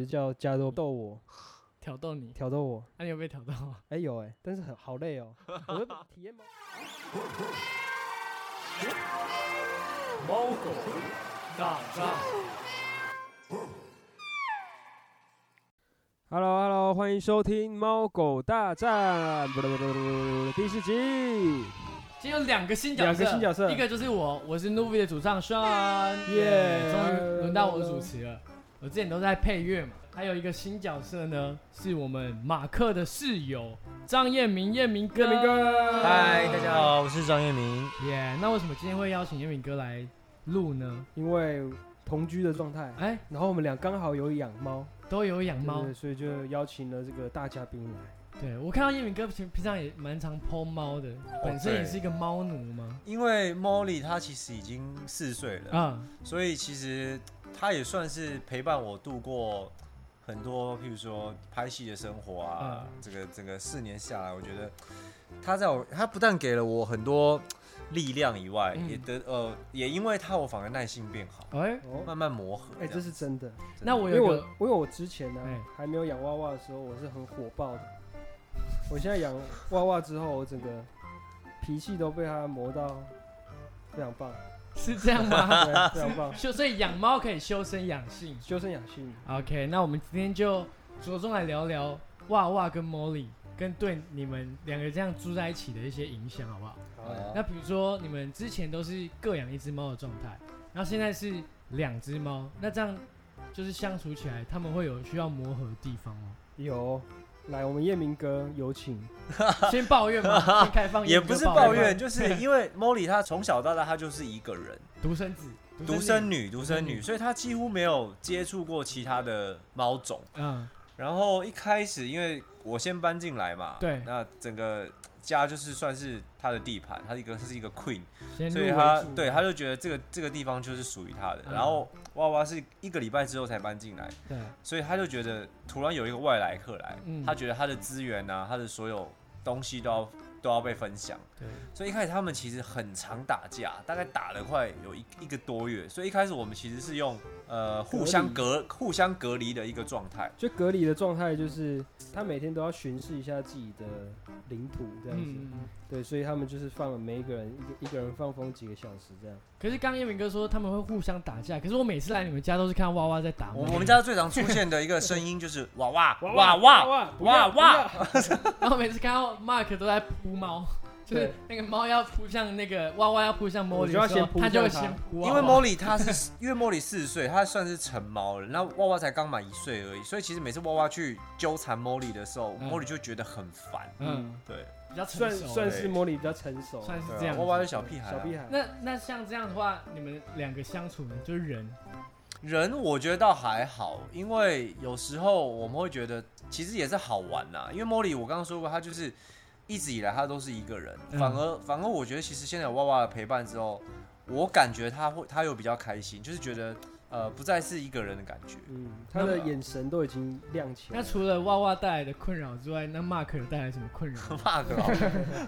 就叫加州逗我，挑逗你，啊挑逗我，那、你有被挑逗吗？哎、有哎、但是很好累 哦，我就体验猫。猫狗啊大战， Hello Hello，欢迎收听《猫狗大战》不不不不不第四集，今天有两个新角色，两个新角色一个就是我，我是 Novi 的主唱 Sean，耶耶，终于轮到我主持了。我之前都在配乐嘛，还有一个新角色呢，是我们马克的室友张彦明，彦明哥，彦明哥嗨，大家好，我是张彦明。耶那为什么今天会邀请彦明哥来录呢？因为同居的状态，哎，然后我们俩刚好有养猫，都有养对猫对，所以就邀请了这个大嘉宾来。对我看到彦明哥平平常也蛮常剖猫的，哦本身也是一个猫奴嘛，因为 Molly 她其实已经四岁了，啊，所以其实她也算是陪伴我度过很多，譬如说拍戏的生活啊，嗯这个整个四年下来，我觉得她在我，她不但给了我很多力量以外，嗯也得呃，也因为她，我反而耐心变好，哎、哦，慢慢磨合。哎、这样是真的，真的那我因有为我一个因为我之前呢、哎还没有养娃娃的时候，我是很火爆的。我现在养娃娃之后，我整个脾气都被它磨到非常棒，是这样吗？对，非常 棒，修所以养猫可以修身养性。修身养性。 OK，那我们今天就着重来聊聊哇哇跟 Molly 跟对你们两个这样住在一起的一些影响，好不好？好嘞，那比如说你们之前都是各养一只猫的状态，然后现在是两只猫，那这样就是相处起来，他们会有需要磨合的地方 吗？有，来我们彦明哥有请。先抱怨 吗？先开放也严格不是抱抱怨，就是因为 Molly 她从小到大她就是一个人。独生子，独女生女，独独生生女女，所以她几乎没有接触过其他的猫种。嗯，然后一开始，因为我先搬进来嘛，对那整个家就是算是她的地盘，她一个她是一个 queen，先所以入她为主对她就觉得这个这个地方就是属于她的。嗯然后娃娃是一个礼拜之后才搬进来，对，所以她就觉得突然有一个外来客来嗯，她觉得她的资源啊，她的所有东西都要都要被分享。对，所以一开始他们其实很常打架，大概打了快有一一个多月。所以一开始我们其实是用呃隔互离相隔互相隔离的一个状态。就隔离的状态就是，他每天都要巡视一下自己的领土这样子，嗯。嗯对，所以他们就是放了每一个人一个一个人放风几个小时这样。可是刚刚叶明哥说他们会互相打架，可是我每次来你们家都是看娃娃在打我猫我们家最常出现的一个声音就是哇哇哇哇哇，哇哇哇然后每次看到 Mark 都在扑 猫，就是对那个猫要扑向那个娃娃要扑向 Molly，我就要先扑他就会向它先扑娃因娃，为 Molly 她是因为 Molly 四岁，她算是成猫了，那娃娃才刚满一岁而已，所以其实每次娃娃去纠缠 Molly 的时候嗯，Molly 就觉得很烦。嗯，嗯，对，比较成算熟，算是莫里比较成熟，嗯算是对啊这样娃子。娃是小屁孩啊，小屁孩。那那像这样的话，你们两个相处呢，就是人，人我觉得倒还好，因为有时候我们会觉得其实也是好玩呐、因为莫莉我刚刚说过，她就是一直以来她都是一个人，嗯反而反而我觉得其实现在有娃娃的陪伴之后，我感觉她会她有比较开心，就是觉得呃不再是一个人的感觉。嗯，他的眼神都已经亮起来那了。除了娃娃带来的困扰之外，那 Mark 有带来什么困扰 吗？ Mark 哦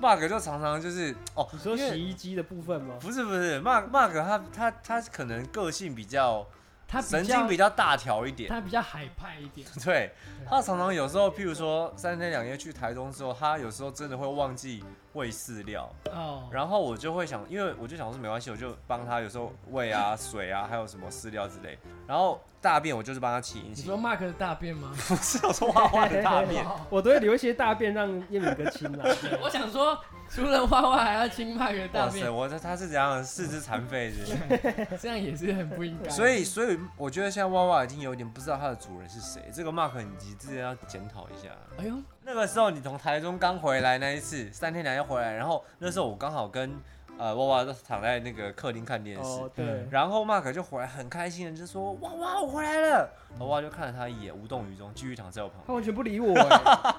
Mark 就常常就是哦，你说因为洗衣机的部分吗？不是不是，Mark Mark 他他他可能个性比较他神比经较比较大条一点，他比较海派一点， 对，他常常有时候，譬如说三天两夜去台中之后，他有时候真的会忘记喂饲料，哦，然后我就会想，因为我就想说没关系，我就帮他有时候喂啊、水啊，还有什么饲料之类。然后大便我就是帮他起一你起，说 Mark 的大便 吗？不是我说画画的大便，哦 我都会留一些大便让叶敏哥亲 了。我想说，除了娃娃还要亲 Mark 的 大哇塞，便，我这他是怎样四肢残废是 不是？这样也是很不应该。所以所以我觉得现在娃娃已经有点不知道它的主人是谁，这个 Mark 你自己要检讨一下。哎呦，那个时候你从台中刚回来那一次，三天两夜回来，然后那时候我刚好跟呃娃娃都躺在那个客厅看电视，哦，对，然后 Mark 就回来很开心的就说哇哇我回来了，娃娃就看了他一眼，无动于衷，继续躺在我旁他哦边。完全不理我哎，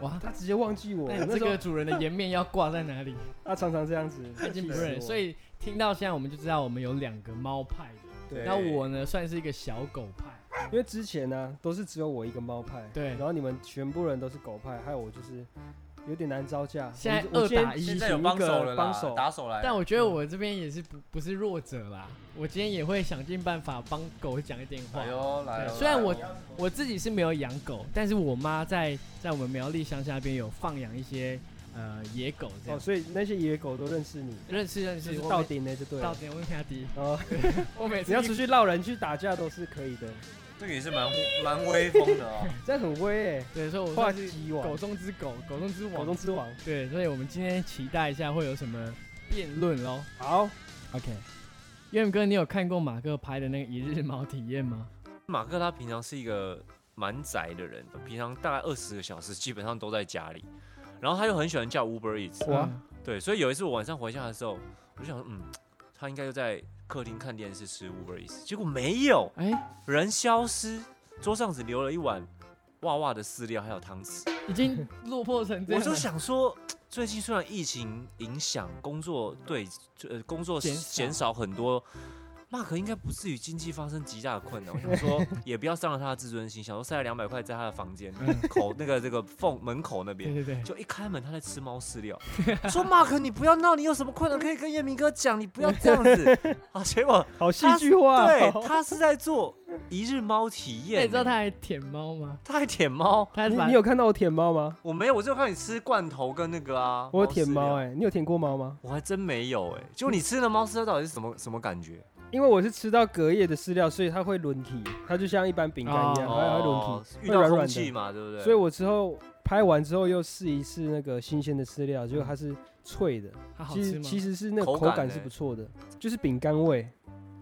哇他他直接忘记我。那我你那这时候个主人的颜面要挂在 哪里？他啊常常这样子，已气经不死认我了。所以听到现在，我们就知道我们有两个猫派的。对那我呢，算是一个小狗派。因为之前呢、都是只有我一个猫派，对然后你们全部人都是狗派，还有我就是有点难招架。现在我我今天二打一现在请有一帮手了个啦，帮手，打手来了。但我觉得我这边也是不不是弱者啦，我今天也会想尽办法帮狗讲一点话哎。呦来对了，虽然来了我我自己是没有养狗，但是我妈在在我们苗栗乡下边有放养一些呃野狗这哦，样，所以那些野狗都认识你，认识认就识。是我到每顶的就对到了。底我问他迪， 哦，我每只次要一出去闹人去打架都是可以的，这个也是蛮蛮威风的哦。这样很威哎，对，所以我画算是鸡狗王，中之狗，狗中之狗王中。之王。对，所以我们今天期待一下会有什么辩论喽。好， OK，岳母哥，你有看过马哥拍的那个一日猫体验吗？ 马克他平常是一个蛮宅的人，平常大概二十个小时基本上都在家里，然后他又很喜欢叫 Uber Eats，哇嗯对，所以有一次我晚上回家的时候，我就想说，嗯，他应该就在客厅看电视吃 Uber Eats，结果没有，哎、人消失，桌上只留了一碗哇哇的饲料还有汤匙。已经落魄成这我样了，就想说，最近虽然疫情影响工作，对，呃，工作减少减少很多。Mark 应该不至于经济发生极大的困难，我想说 也不要伤了他的自尊心，想说塞了两百块在他的房间嗯口那个这个缝门口那对边，对对，就一开门他在吃猫饲 料，我说 Mark 你不要闹，你有什么困难可以跟彦明哥讲，你不要这样子啊。结果好戏剧化哦。对他是在做一日猫体那验，哎你知道他还舔猫吗？他还舔猫，他你把你有看到我舔猫吗？我没有，我就看你吃罐头跟那个啊，我有猫舔饲料猫哎，你有舔过猫吗？我还真没有哎、就你吃的猫饲料到底是什么什么感觉？因为我是吃到隔夜的饲料，所以它会轮体，它就像一般饼干一样，哦它会轮体，哦遇会到软空软气的。嘛，对不对？所以我之后拍完之后又试一试那个新鲜的饲料，结果它是脆的，他嗯好其吃实吗？其实是那个口口感感呢是不错的，就是饼干味。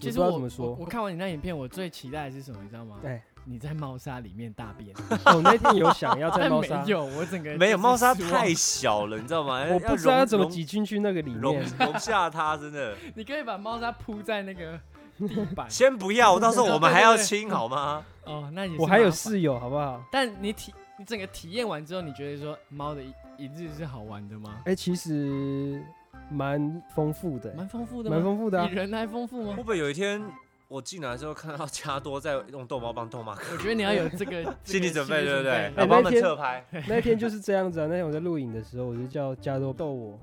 其也不知实道我怎么我说我，看完你那影片，我最期待的是什么？你知道吗？哎，你在猫砂里面大便，我哦那天有想 要在 但猫没砂，有，哎我整个人没有就是猫砂失望太小了，你知道吗？我不知道要要怎么容挤进去那个里容面。容下它，真的。你可以把猫砂铺在那个地板 先 不要，到时候我们还要对对清好吗？哦，那也是我还有麻烦，室友，好不好？但你体你整个体验完之后，你觉得说猫的一一日是好玩的吗？哎，其实蛮丰富的，蛮丰富的吗，蛮丰富 的啊比。人还丰富吗会不？会有一天我进来之后看到加多在用逗猫棒逗马克，我觉得你要有这个这 心理个准备对不对？哎要帮那我们天侧 拍，那天就是这样子啊。那天我在录影的时候，我就叫加多逗我，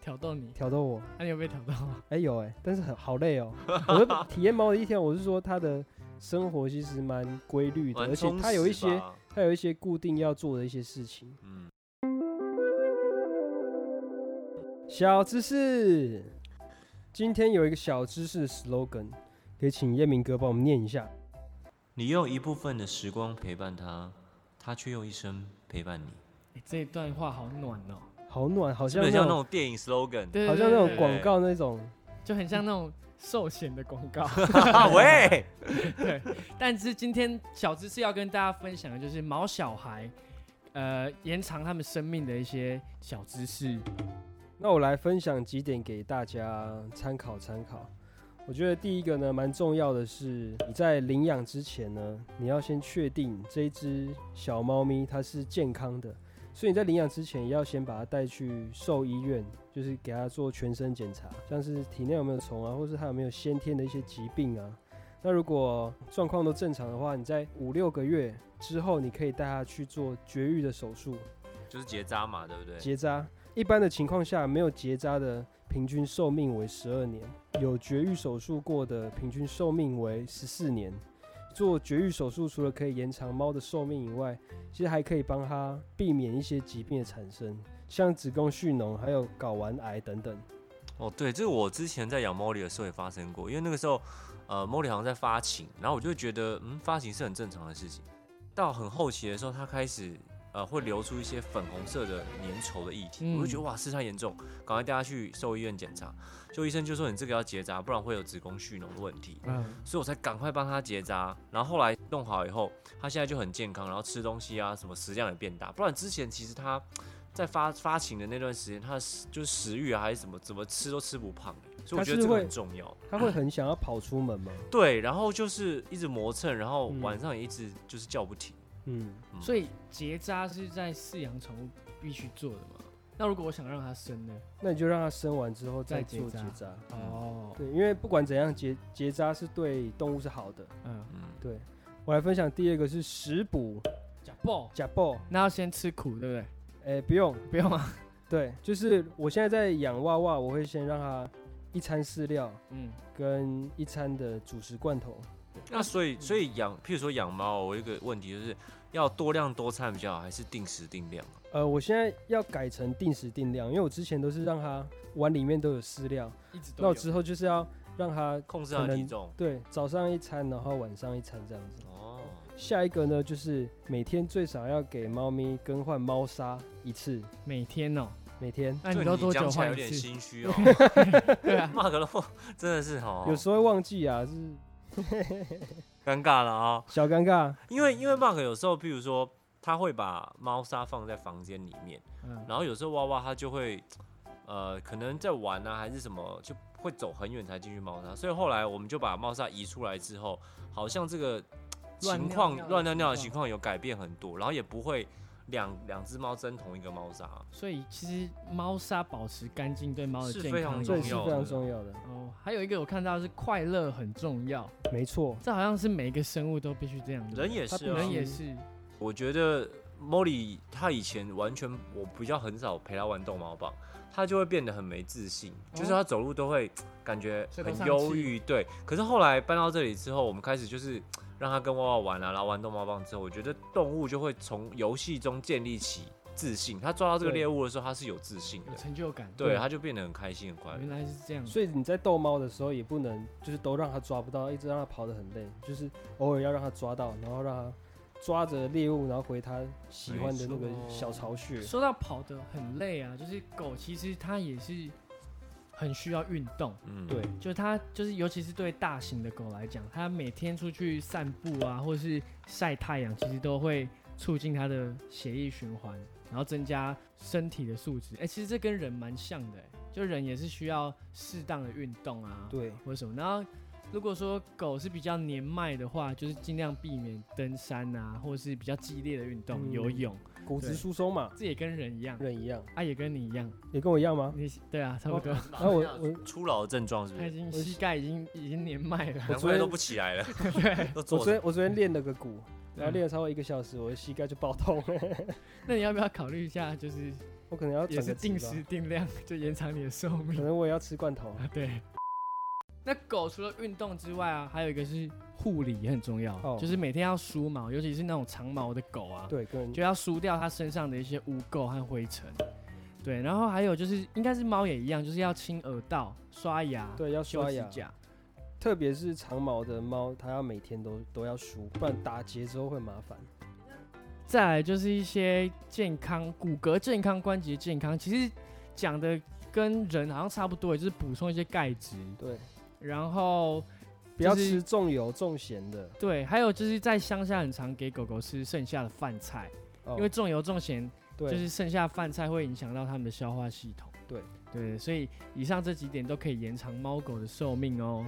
挑逗你，啊挑逗我。那、你有被挑逗吗？哎、有哎、但是很好累哦。我 就体验猫的一天，我是说它的生活其实蛮规律的，蛮而且充它有实一些吧它有一些固定要做的一些事情。嗯，小知识，今天有一个小知识的 slogan，可以请叶明哥帮我们念一下。你用一部分的时光陪伴他，他却用一生陪伴你， 哎这一段话好暖哦，好暖，好是不像那是很像那种种电影 slogan？ 对好像那种广告那种。就很像那种寿险的广 告。喂，对，但是今天小知识要跟大家分享的就是毛小孩，呃，延长他们生命的一些小知识。那我来分享几点给大家参考参考。我觉得第一个呢，蛮重要的是，你在领养之前呢，你要先确定这一只小猫咪它是健康的，所以你在领养之前也要先把它带去兽医院，就是给它做全身检查，像是体内有没有虫啊，或是它有没有先天的一些疾病啊。那如果状况都正常的话，你在五六个月之后，你可以带它去做绝育的手术，就是结扎嘛，对不对？结扎。一般的情况下，没有结扎的平均寿命为十二年，有绝育手术过的平均寿命为十四年。做绝育手术除了可以延长猫的寿命以外，其实还可以帮它避免一些疾病的产生，像子宫蓄脓、还有睾丸癌等等。哦，对，这个我之前在养 Molly 的时候也发生过，因为那个时候，呃，Molly 好像在发情，然后我就会觉得，嗯，发情是很正常的事情。到很后期的时候，它开始呃会流出一些粉红色的粘稠的液体，我就觉得嗯哇，事态严重，赶快带它去兽医院检查。就医生就说你这个要结扎，不然会有子宫蓄脓的问题，嗯，所以我才赶快帮它结扎。然后后来弄好以后，它现在就很健康，然后吃东西啊什么食量也变大，不然之前其实它。在发发情的那段时间，它的食就是食欲啊，还是怎么怎么吃都吃不胖、所以它我觉得是这个会很重要。它会很想要跑出门 吗？对，然后就是一直磨蹭，然后嗯晚上也一直就是叫不停。嗯，嗯所以结扎是在饲养宠物必须做的嘛？那如果我想让它生呢？那你就让它生完之后再再结做结扎扎。哦，对，因为不管怎样结结扎是对动物是好的。嗯，嗯，对我来分享第二个是食补假爆，嗯假爆。那要先吃苦，对不对？哎、哎、不用，不用啊，对，就是我现在在养娃娃，我会先让它一餐饲料嗯，跟一餐的主食罐头。那所以所以养，譬如说养猫，我有一个问题就是要多量多餐比较好，还是定时定量啊？呃，我现在要改成定时定量，因为我之前都是让它碗里面都有饲料，一直都那有我之后就是要让它控制它可的能体重。对早上一餐，然后晚上一餐这样子。哦，下一个呢，就是每天最少要给猫咪更换猫砂一次，每天哦，每天。那你这都多久讲起换来有一点次？心虚哦。对 啊，马格洛真的是哦，有时候会忘记啊，是尴尬了啊、小尴尬。因为因为 Mark 有时候，譬如说他会把猫砂放在房间里面，嗯，然后有时候娃娃他就会，呃，可能在玩啊还是什么，就会走很远才进去猫砂。所以后来我们就把猫砂移出来之后，好像这个乱情尿况尿的乱尿尿的情情况有改变很多，然后也不会两两只猫争同一个猫砂。所以其实猫砂保持干净对猫的是健非康常这有也重是要非常的重要的，哦，还有一个我看到是快乐很重要，没错。这好像是每一个生物都必须这样的，人也它是、本啊来人，也是，我觉得 Molly 她以前完全我比较很少陪她玩逗猫棒，她就会变得很没自信，就是哦她走路都会感觉很忧郁。对，可是后来搬到这里之后，我们开始就是让她跟娃娃玩啊，然后玩逗猫棒之后，我觉得动物就会从游戏中建立起自信。它抓到这个对猎物的时候，它是有自信的有，成就感。对，它就变得很开心很快乐原。来是这样。所以你在逗猫的时候，也不能就是都让它抓不到，一直让它跑得很累，就是偶尔要让它抓到，然后让它抓着猎物，然后回它喜欢的那个没错小巢穴。说到跑得很累啊，就是狗其实它也是很需要运动，嗯，对，就它就是尤其是对大型的狗来讲，它每天出去散步啊，或是晒太阳，其实都会促进它的血液循环，然后增加身体的素质。哎、其实这跟人蛮像的、哎就人也是需要适当的运动啊，对，或者什么。然后如果说狗是比较年迈的话，就是尽量避免登山啊，或者是比较激烈的运动，嗯游泳，骨质疏松嘛，这也跟人一样。人一样，啊，也跟你一样，也跟我一样吗？你对啊，差不多。然后我我哎初老的症状是不他已是？经膝盖已经已经年迈了，难昨怪天都不起来 了，都我坐昨着天我昨天练了个鼓，然后练了超过一个小时，我的膝盖就爆痛了， 那你要不要考虑一下，就是我可能要也整是个定吃吧时定量， 就延长你的寿可 命能我也要吃罐头。啊？对。那狗除了运动之外啊，还有一个是护理也很重要，哦就是每天要梳毛，尤其是那种长毛的狗啊，对，跟就要梳掉它身上的一些污垢和灰尘。对，然后还有就是，应该是猫也一样，就是要清耳道、刷牙、对要修刷指牙，甲。特别是长毛的猫，它要每天都都要梳，不然打结之后会麻烦。再来就是一些健康、骨骼健康、关节健康，其实讲的跟人好像差不多，也就是补充一些钙质，对，然后不要就是吃重油重咸的，对，还有就是在乡下很常给狗狗吃剩下的饭菜，哦因为重油重咸，对，就是剩下饭菜会影响到它们的消化系统。对对，所以以上这几点都可以延长猫狗的寿命哦。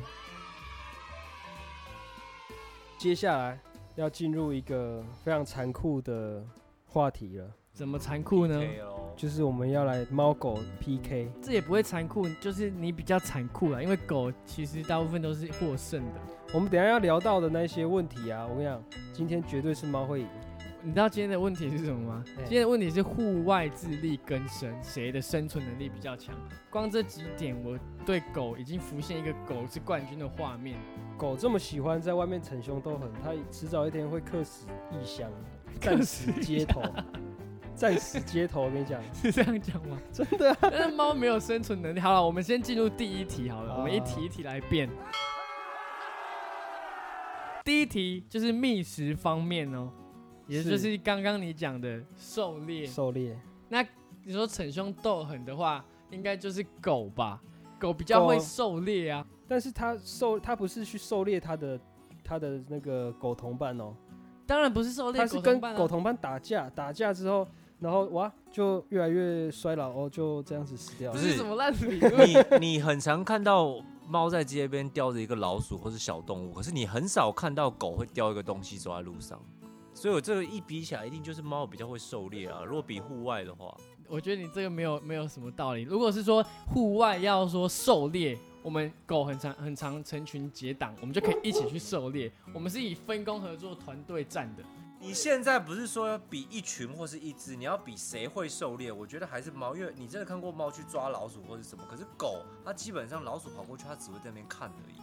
接下来要进入一个非常残酷的话题了，怎么残酷嗯呢？ PK 咯就是我们要来猫狗 PK。这也不会残酷，就是你比较残酷啦，因为狗其实大部分都是获胜的。我们等一下要聊到的那些问题啊，我跟你讲，今天绝对是猫会赢。你知道今天的问题是什么吗？哎今天的问题是户外自力更生，谁的生存能力比较强？光这几点，我对狗已经浮现一个狗是冠军的画面。狗这么喜欢在外面逞凶斗狠，它迟早一天会客死异乡，可战是死街头，战死街头。我跟你讲，是这样讲吗？ 真啊的、但是猫没有生存能力。好了，我们先进入第一题好了，啊我们一题一题来变。第一题就是觅食方面哦， 也是就是刚刚你讲的狩猎。狩猎你说逞凶斗狠的话，应该就是狗吧？狗比较会狗狩猎啊。但是它狩，它不是去狩猎它的它的那个狗同伴哦，当然不是狩猎，它是跟狗狗同伴啊同伴打架，打架之后，然后哇就越来越衰老哦，就这样子死掉不这了。是是什么烂理论？你你很常看到猫在街边叼着一个老鼠或是小动物，可是你很少看到狗会叼一个东西走在路上。所以我这个一比起来，一定就是猫比较会狩猎啊。如果比户外的话，我觉得你这个没有没有什么道理。如果是说户外要说狩猎，我们狗很常很常成群结党，我们就可以一起去狩猎。我们是以分工合作、团队战的。你现在不是说要比一群或是一只，你要比谁会狩猎？我觉得还是猫，因为你真的看过猫去抓老鼠或是什么，可是狗它基本上老鼠跑过去，它只会在那边看而已。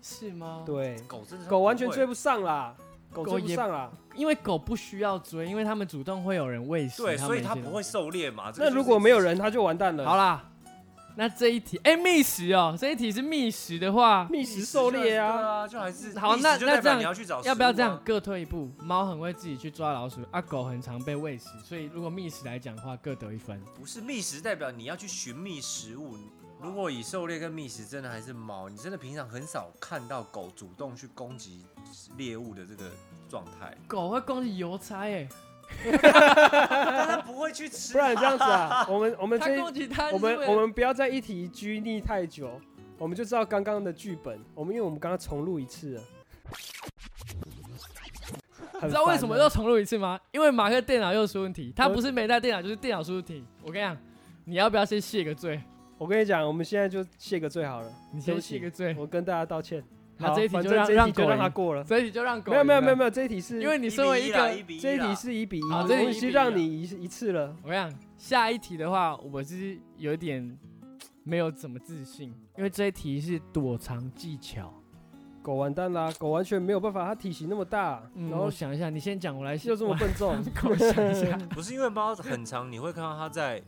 是吗？，对，狗真的是狗完不全会追不上啦，狗狗追不也上啦。因为狗不需要追，因为它们主动会有人喂食，对，所以它它不会。狩猎嘛。这个那就是如果没有人，它就完蛋了。好啦，那这一题，哎，觅食哦，这一题是觅食的 话，觅食狩猎对啊，啊，就还是好意思那就那代表这样你要去找要不要食物这样啊？各退一步？猫很会自己去抓老鼠，啊，狗很常被喂食，所以如果觅食来讲的话，各得一分。不是觅食，代表你要去寻觅食物。如果以狩猎跟觅食，真的还是猫，你真的平常很少看到狗主动去攻击猎物的这个状态，狗会攻击邮差哎，但它不会去吃不。然这样子 啊，我们我们它这一攻击它就是我为们了，我们不要在一题拘泥太久，我们就知道刚刚的剧本。我们因为我们刚刚重录一次 了，你很知道为烦什么啊又重录一次吗？因为马克电脑又出问题，他不是没带电脑，就是电脑出问题。我跟你讲，你要不要先谢个罪？我跟你讲，我们现在就谢个最好了。你对先不谢起个罪，我跟大家道歉。哎那好这一题反就正让这一让题就狗让他赢过了。所以就让狗没有没有赢没有了没有，这一题是因为你身为一比啦个，比这一题啦是一比一，好我哦这一题啊已一比经一让了你一一次了。我跟你讲，下一题的话，我是有点没有怎么自信，因为这一题是躲藏技巧。狗完蛋啦，狗完全没有办法，它体型那么大，嗯，然我后想一下，你先讲，我来又这么笨重， 跟我想一下。不是因为猫很长，你会看到它在，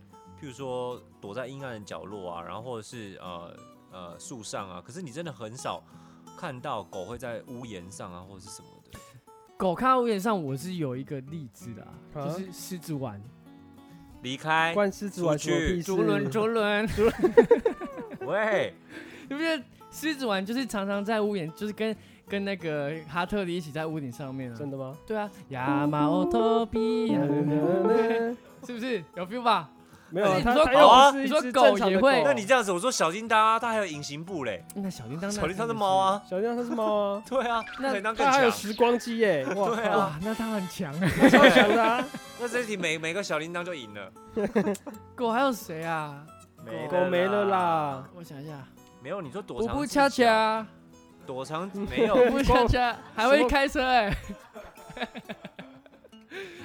譬如说躲在阴暗的角落啊，然后或者是呃呃树上啊，可是你真的很少看到狗会在屋檐上啊，或者是什么的。 狗看到屋檐上，我是有一个例子的、啊，啊就是狮子丸，离哎开，关狮子玩什么屁事？竹轮，竹轮，喂，你不觉得狮子丸就是常常在屋檐，就是跟跟那个哈特利一起在屋顶上面啊？真的 吗？对啊，亚马奥托比亚，是不是有 feel 吧？没有啊，而且它哎你它说狗又啊不是一你说只狗正常也的会狗啊那你这样子，我说小叮当啊，它还有隐形布嘞，那小叮当，小叮当是猫，啊，小亮它是猫啊， 对啊，那小叮当更它还有强。时光机耶，哇，对啊，哇，那它很强。 超强的啊！那这一题每每个小叮当就赢了，狗还有谁啊？没狗没了啦，我想一下，没有，你说躲布藏布技恰巧，恰，躲 藏没有布布恰 恰还会开车哎、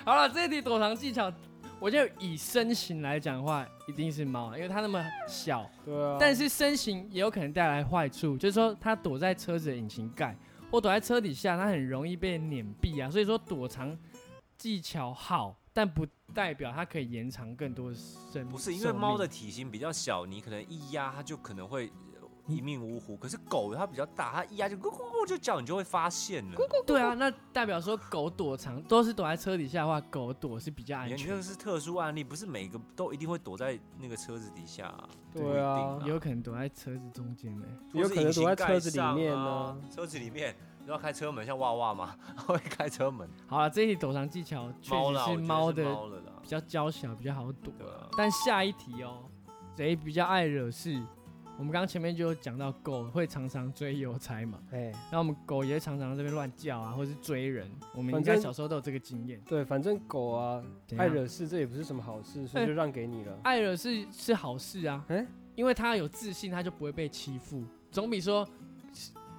好了，这一题躲藏技巧，我就以身形来讲的话，一定是猫，啊因为它那么小。对啊，但是身形也有可能带来坏处，就是说它躲在车子的引擎盖或躲在车底下，它很容易被碾毙啊。所以说躲藏技巧好，但不代表它可以延长更多的生不是因为猫的体型比较小，你可能一压它就可能会呃一命呜呼。可是狗它比较大，它一压就咕咕咕就叫，你就会发现了。寿命对啊，那代表说狗躲藏都是躲在车底下的话，狗躲是比较你安看你这全个，是特殊案例，不是每个都一定会躲在那个车子底下、对不一定啊有可能躲在车子中间欸呢、或有是可能引擎躲在盖车子里上面哦啊呢。车子里面，你要开车门，像娃娃嘛， 它会开车门。好了，这一题躲藏技巧确猫实啦，我是觉得猫是的猫了啦。比较娇小，比较好躲。对啊但下一题哦，谁比较爱惹事？我们刚刚前面就有讲到狗会常常追邮差嘛，哎，那我们狗也常常这边乱叫啊，或是追人。我们反应该正小时候都有这个经验。对，反正狗啊，怎爱样惹事，这也不是什么好事，所以哎就让给你了。爱惹事是好事啊，哎因为它有自信，它就不会被欺负，总比说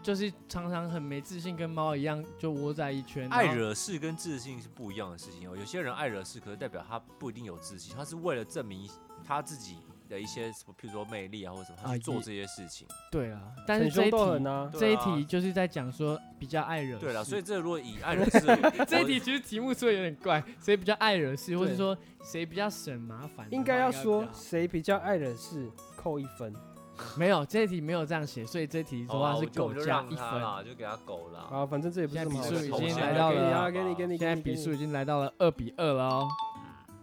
就是常常很没自信，跟猫一样就窝在一圈。爱然后惹事跟自信是不一样的事情哦。有些人爱惹事，可是代表他不一定有自信，他是为了证明他自己的一些什么，譬如说魅力啊或者什么，他啊去做也这些事情。对啊，但逞是这凶一斗狠题、啊，这一对啊题就是在讲说比较爱惹事。，对了，所以这个如果以爱惹事 这一题其实题目出的有点怪，谁比较爱惹事，或是对说谁比较省麻烦的话，应该要说比较好谁比较爱惹事，扣一分。没有这一题没有这样写，所以这题的好啊话是我就我狗们就加让一他分。啦，就给他狗啦。啊，反正这也不是什么好现在事。比数已经来到了给你啊，给你，给你，现在给你。比数已经来到了二比二了哦。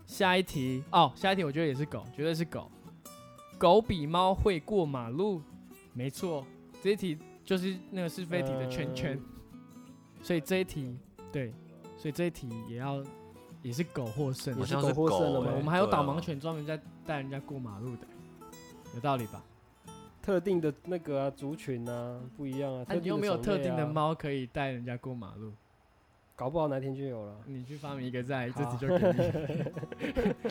下一题哦，下一题我觉得也是狗，绝对是狗。狗比猫会过马路，没错，这一题就是那个是非题的圈圈，呃所以这一题对，所以这一题也要也是狗获胜也好。是像是狗获胜了狗嘛欸，对，我们还有对啊导盲。犬专门在带人家过马路的，有道理吧？特定的那个啊，族群啊，不一样啊。那、你又的没有种特类定的啊，猫可以带人家过马路，搞不好哪天就有了。你去发明一个再来，这好题就给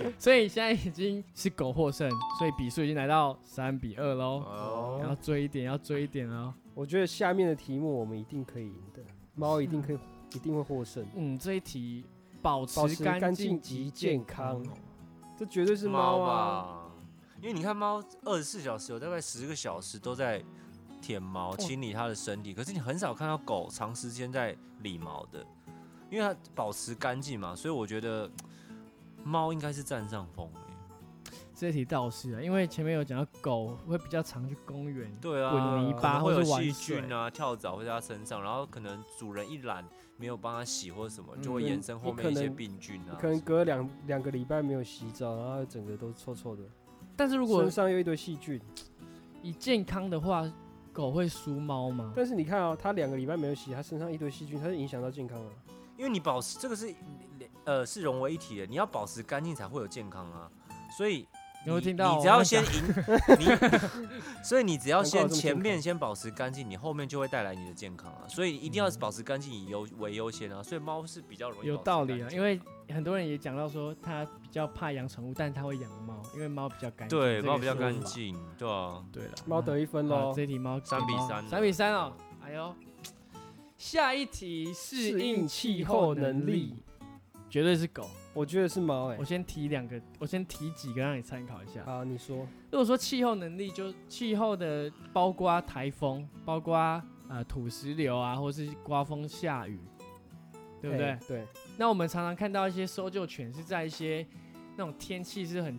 你。所以 现在已经是狗获胜，所以比数已经来到三比二喽。哦，要追一点，要追一点哦。我觉得下面的题目我们一定可以赢的，猫一定可以一定会获胜。嗯，这一题保保持持干干净净及及健健康哦这绝对是猫猫啊！吧，因为你看猫二十四小时有大概十个小时都在舔毛、哦清理它的身体，可是你很少看到狗长时间在理毛的，因为它保持干净嘛，所以我觉得猫应该是占上风欸、这一题倒是啊，因为前面有讲到狗会比较常去公园对啊，滚泥可巴能会或有是玩细水菌啊、跳蚤会在它身上，然后可能主人一懒没有帮它洗或什么，就会嗯延伸后可面一些能病菌啊。可能隔两两个礼拜没有洗澡，然后整个都臭臭的，但是如果身上又一堆细菌。以健康的话，狗会输猫吗？但是你看哦，它两个礼拜没有洗，它身上一堆细菌，它是影响到健康了。因为你保持这个是呃是融为一体的，你要保持干净才会有健康啊。所以有没有听到你我只要乱先讲赢，你 所以你只要难怪我先这么前健面康先保持干净，你后面就会带来你的健康啊。所以一定要保持干净以优为优先啊。所以猫是比较容易有保持道理干啊，净因为很多人也讲到说他比较怕养宠物，但他会养猫，因为猫比较干净。对这个猫比较说法干。净，对啊，对了，猫得一一分喽，啊这一题猫三比三了三比三哦。哎呦，下一题适应气候能力，绝对是狗。我觉得是猫哎我。先提两个，我先提几个让你参考一下。好，你说如果说气候能力，就气候的包括台风，包括呃土石流啊，或是刮风下雨，对不对？哎对，那我们常常看到一些搜救犬是在一些那种天气是很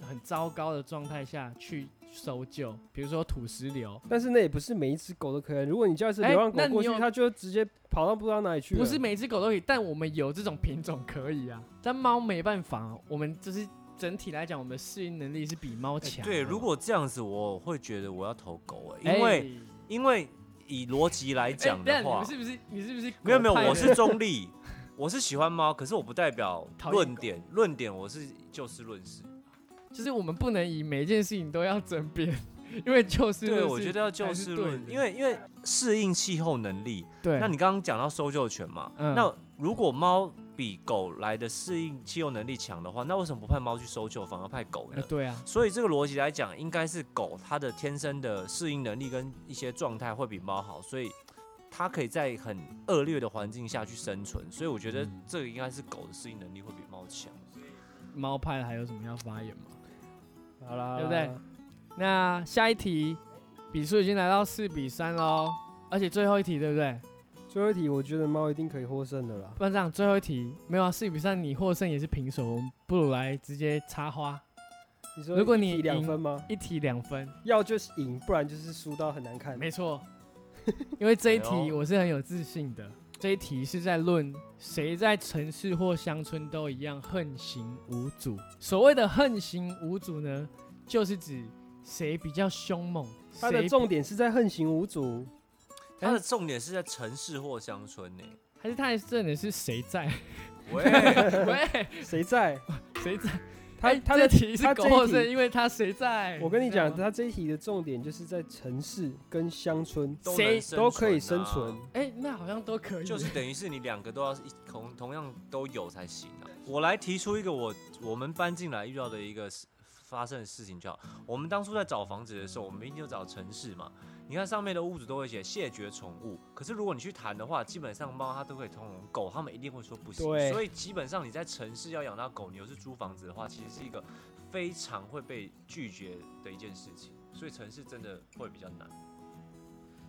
很糟糕的状态下去搜救，比如说土石流，但是那也不是每一只狗都可以。如果你叫一只哎流浪那狗你过去有，它就直接跑到不知道哪里去了。不是每一只狗都可以，但我们有这种品种可以啊，但猫没办法啊，我们就是整体来讲，我们的适应能力是比猫哎强的、对，如果这样子，我会觉得我要投狗哎、啊哎因为、因为以逻辑来哎等讲一的下你话们，是不是你是不是没有没有，狗派的我是中立，我是喜欢猫，可是我不代表讨厌论狗点，论点我是就事论事。就是我们不能以每一件事情都要争辩，因为就事论对，事我觉得要才就是对事论，的因为因为适应气候能力。对，那你刚刚讲到搜救犬嘛，嗯那如果猫比狗来的适应气候能力强的话，那为什么不派猫去搜救，反而派狗呃呢？对啊，所以这个逻辑来讲，应该是狗它的天生的适应能力跟一些状态会比猫好，所以它可以在很恶劣的环境下去生存。所以我觉得嗯这个应该是狗的适应能力会比猫强。猫派还有什么要发言吗？好啦，对不对那下一题，比数已经来到四比三喽，而且最后一题对不对？最后一题，我觉得猫一定可以获胜的啦。不然这样，最后一题没有啊，四比三你获胜也是平手，我们不如来直接插花，你说如果你一题两赢分吗？一题两分，要就是赢，不然就是输到很难看。没错，因为这一哎题呦我是很有自信的。这一题是在论谁在城市或乡村都一样横行无阻。所谓的横行无阻呢，就是指谁比较凶猛，它谁的比重点是在横行无阻，它哎的重点是在城市或乡村呢、 还是他的重点是谁在？喂，喂，谁 在？谁在？它哎它这的题啊是它狗这一获题胜，因为他谁在？我跟你知讲，道吗它这一题的重点就是在城市跟乡村都能谁生都可以生啊存。哎，那好像都可以，就是等于是你两个都要一同同样都有才行啊。我来提出一个我我们搬进来遇到的一个事发生的事情就好。我们当初在找房子的时候，我们一定就找城市嘛。你看上面的屋主都会写谢绝宠物，可是如果你去谈的话，基本上猫它都可以通融，狗它们一定会说不行。对所以基本上你在城市要养到狗，你又是租房子的话，其实是一个非常会被拒绝的一件事情。所以城市真的会比较难。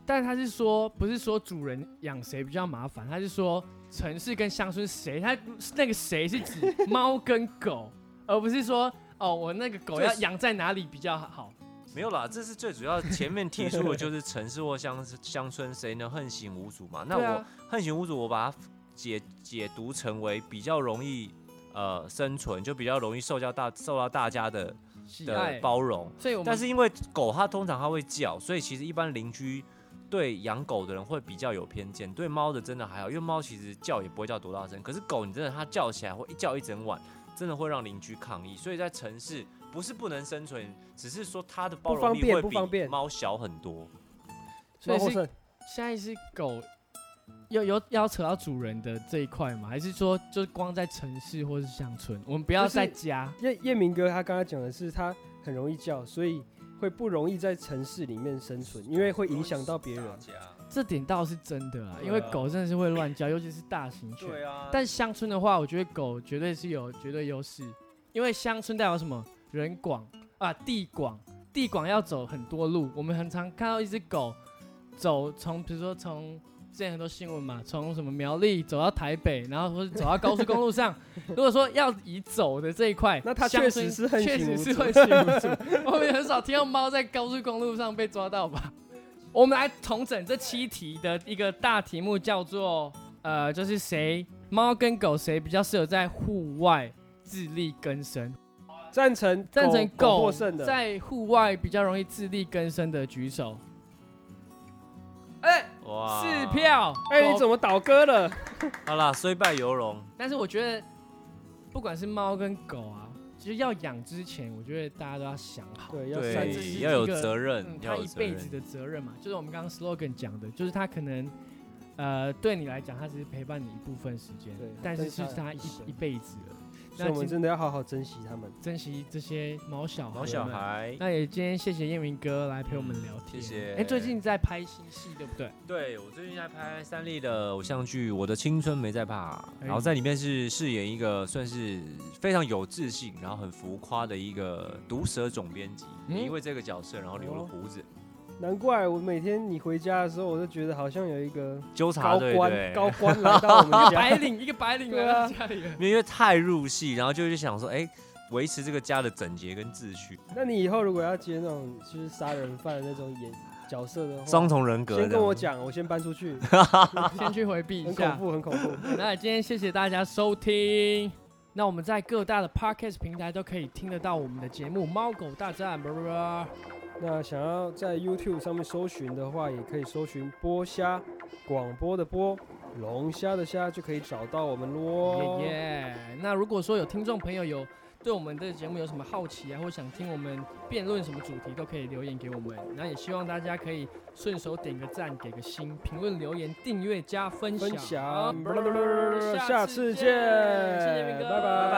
但他是说，不是说主人养谁比较麻烦，他是说城市跟乡村谁，他那个谁是指 猫跟狗，而不是说哦，我那个狗这要是养在哪里比较好。没有啦，这是最主要。前面提出的就是城市或乡乡村，谁能横行无阻嘛？那对我啊、横行无阻，我把它解解读成为比较容易呃生存，就比较容易受到大受到大家的喜的爱，包容。所以我们但是因为狗它通常它会叫，所以其实一般邻居对养狗的人会比较有偏见，对猫的真的还好，因为猫其实叫也不会叫多大声，可是狗你真的它叫起来会一叫一整晚，真的会让邻居抗议。所以在城市不是不能生存，只是说它的包不容方力便会不方比便猫小很多。猫所以获是胜，现在是狗有有要扯到主人的这一块吗？还是说就是光在城市或是乡村，我们不要就是在家？叶叶明哥他刚刚讲的是他很容易叫，所以会不容易在城市里面生存，因为会影响到别人。这点倒是真的啦，对啊因为狗真的是会 乱叫，尤其是大型犬。对啊，但乡村的话，我觉得狗绝对是有绝对优势，因为乡村代表什么？人广啊，地广，地广要走很多路。我们很常看到一只狗走从，比如说从之前很多新闻嘛，从什么苗栗走到台北，然后或者走到高速公路 上。如果说要以走的这一块，那它乡确村实是横确行实无是阻 会行无阻。我们很少听到猫在高速公路上被抓到吧？我们来重整这七题的一个大题目，叫做呃，就是谁猫跟狗谁比较适合在户外自力更生？赞成赞成狗狗获胜的，在户外比较容易自力更生的举手。哇，四。票，哎，你么？怎么倒戈了？好啦，虽败犹荣。但是我觉得，不管是猫跟狗啊，其实要养之前，我觉得大家都要想好。对，要三只 对，是要一有个责嗯任，，要他有一责辈子任。的责任嘛，就是我们刚刚 slogan 讲的，就是他可能，呃，对你来讲，他只是陪伴你一部分时间对，但但是是是他他一一生一辈子了。所以我们真的要好好珍惜他们。珍惜这些毛小孩。毛小。孩，那也今天谢谢燕明哥来陪我们聊天。谢谢哎，最近在拍新戏对不对？对我最近在拍三立的偶像剧《我的青春没在怕》，哎然后在里面是饰演一个算是非常有自信，然后很浮夸的一个毒舌总编辑，嗯也因为这个角色，然后留了哦胡子，难怪我每天你回家的时候，我都觉得好像有一个纠察高队官对。高官来到我们家，白领一个白领来到家里了。 因为太入戏，然后就是想说，哎、维持这个家的整洁跟秩序，那你以后如果要接那种就是杀人犯的那种演角色的话，双重人格。先跟我，讲，我先搬出 去， 先去回避一很恐下。怖，很恐怖。那今天谢谢大家收听。那我们在各大的 podcast 平台都可以听得到我们的节目《猫狗大战》叭叭叭。那想要在 YouTube 上面搜寻的话，也可以搜寻“波虾”，广播的播，龙虾的虾，就可以找到我们喽。耶耶！那如果说有听众朋友有对我们的节目有什么好奇啊，或想听我们辩论什么主题，都可以留言给我们。那也希望大家可以顺手点个赞，给个星，评论、留言、订阅、加分享。分享好下次见谢谢明哥，拜拜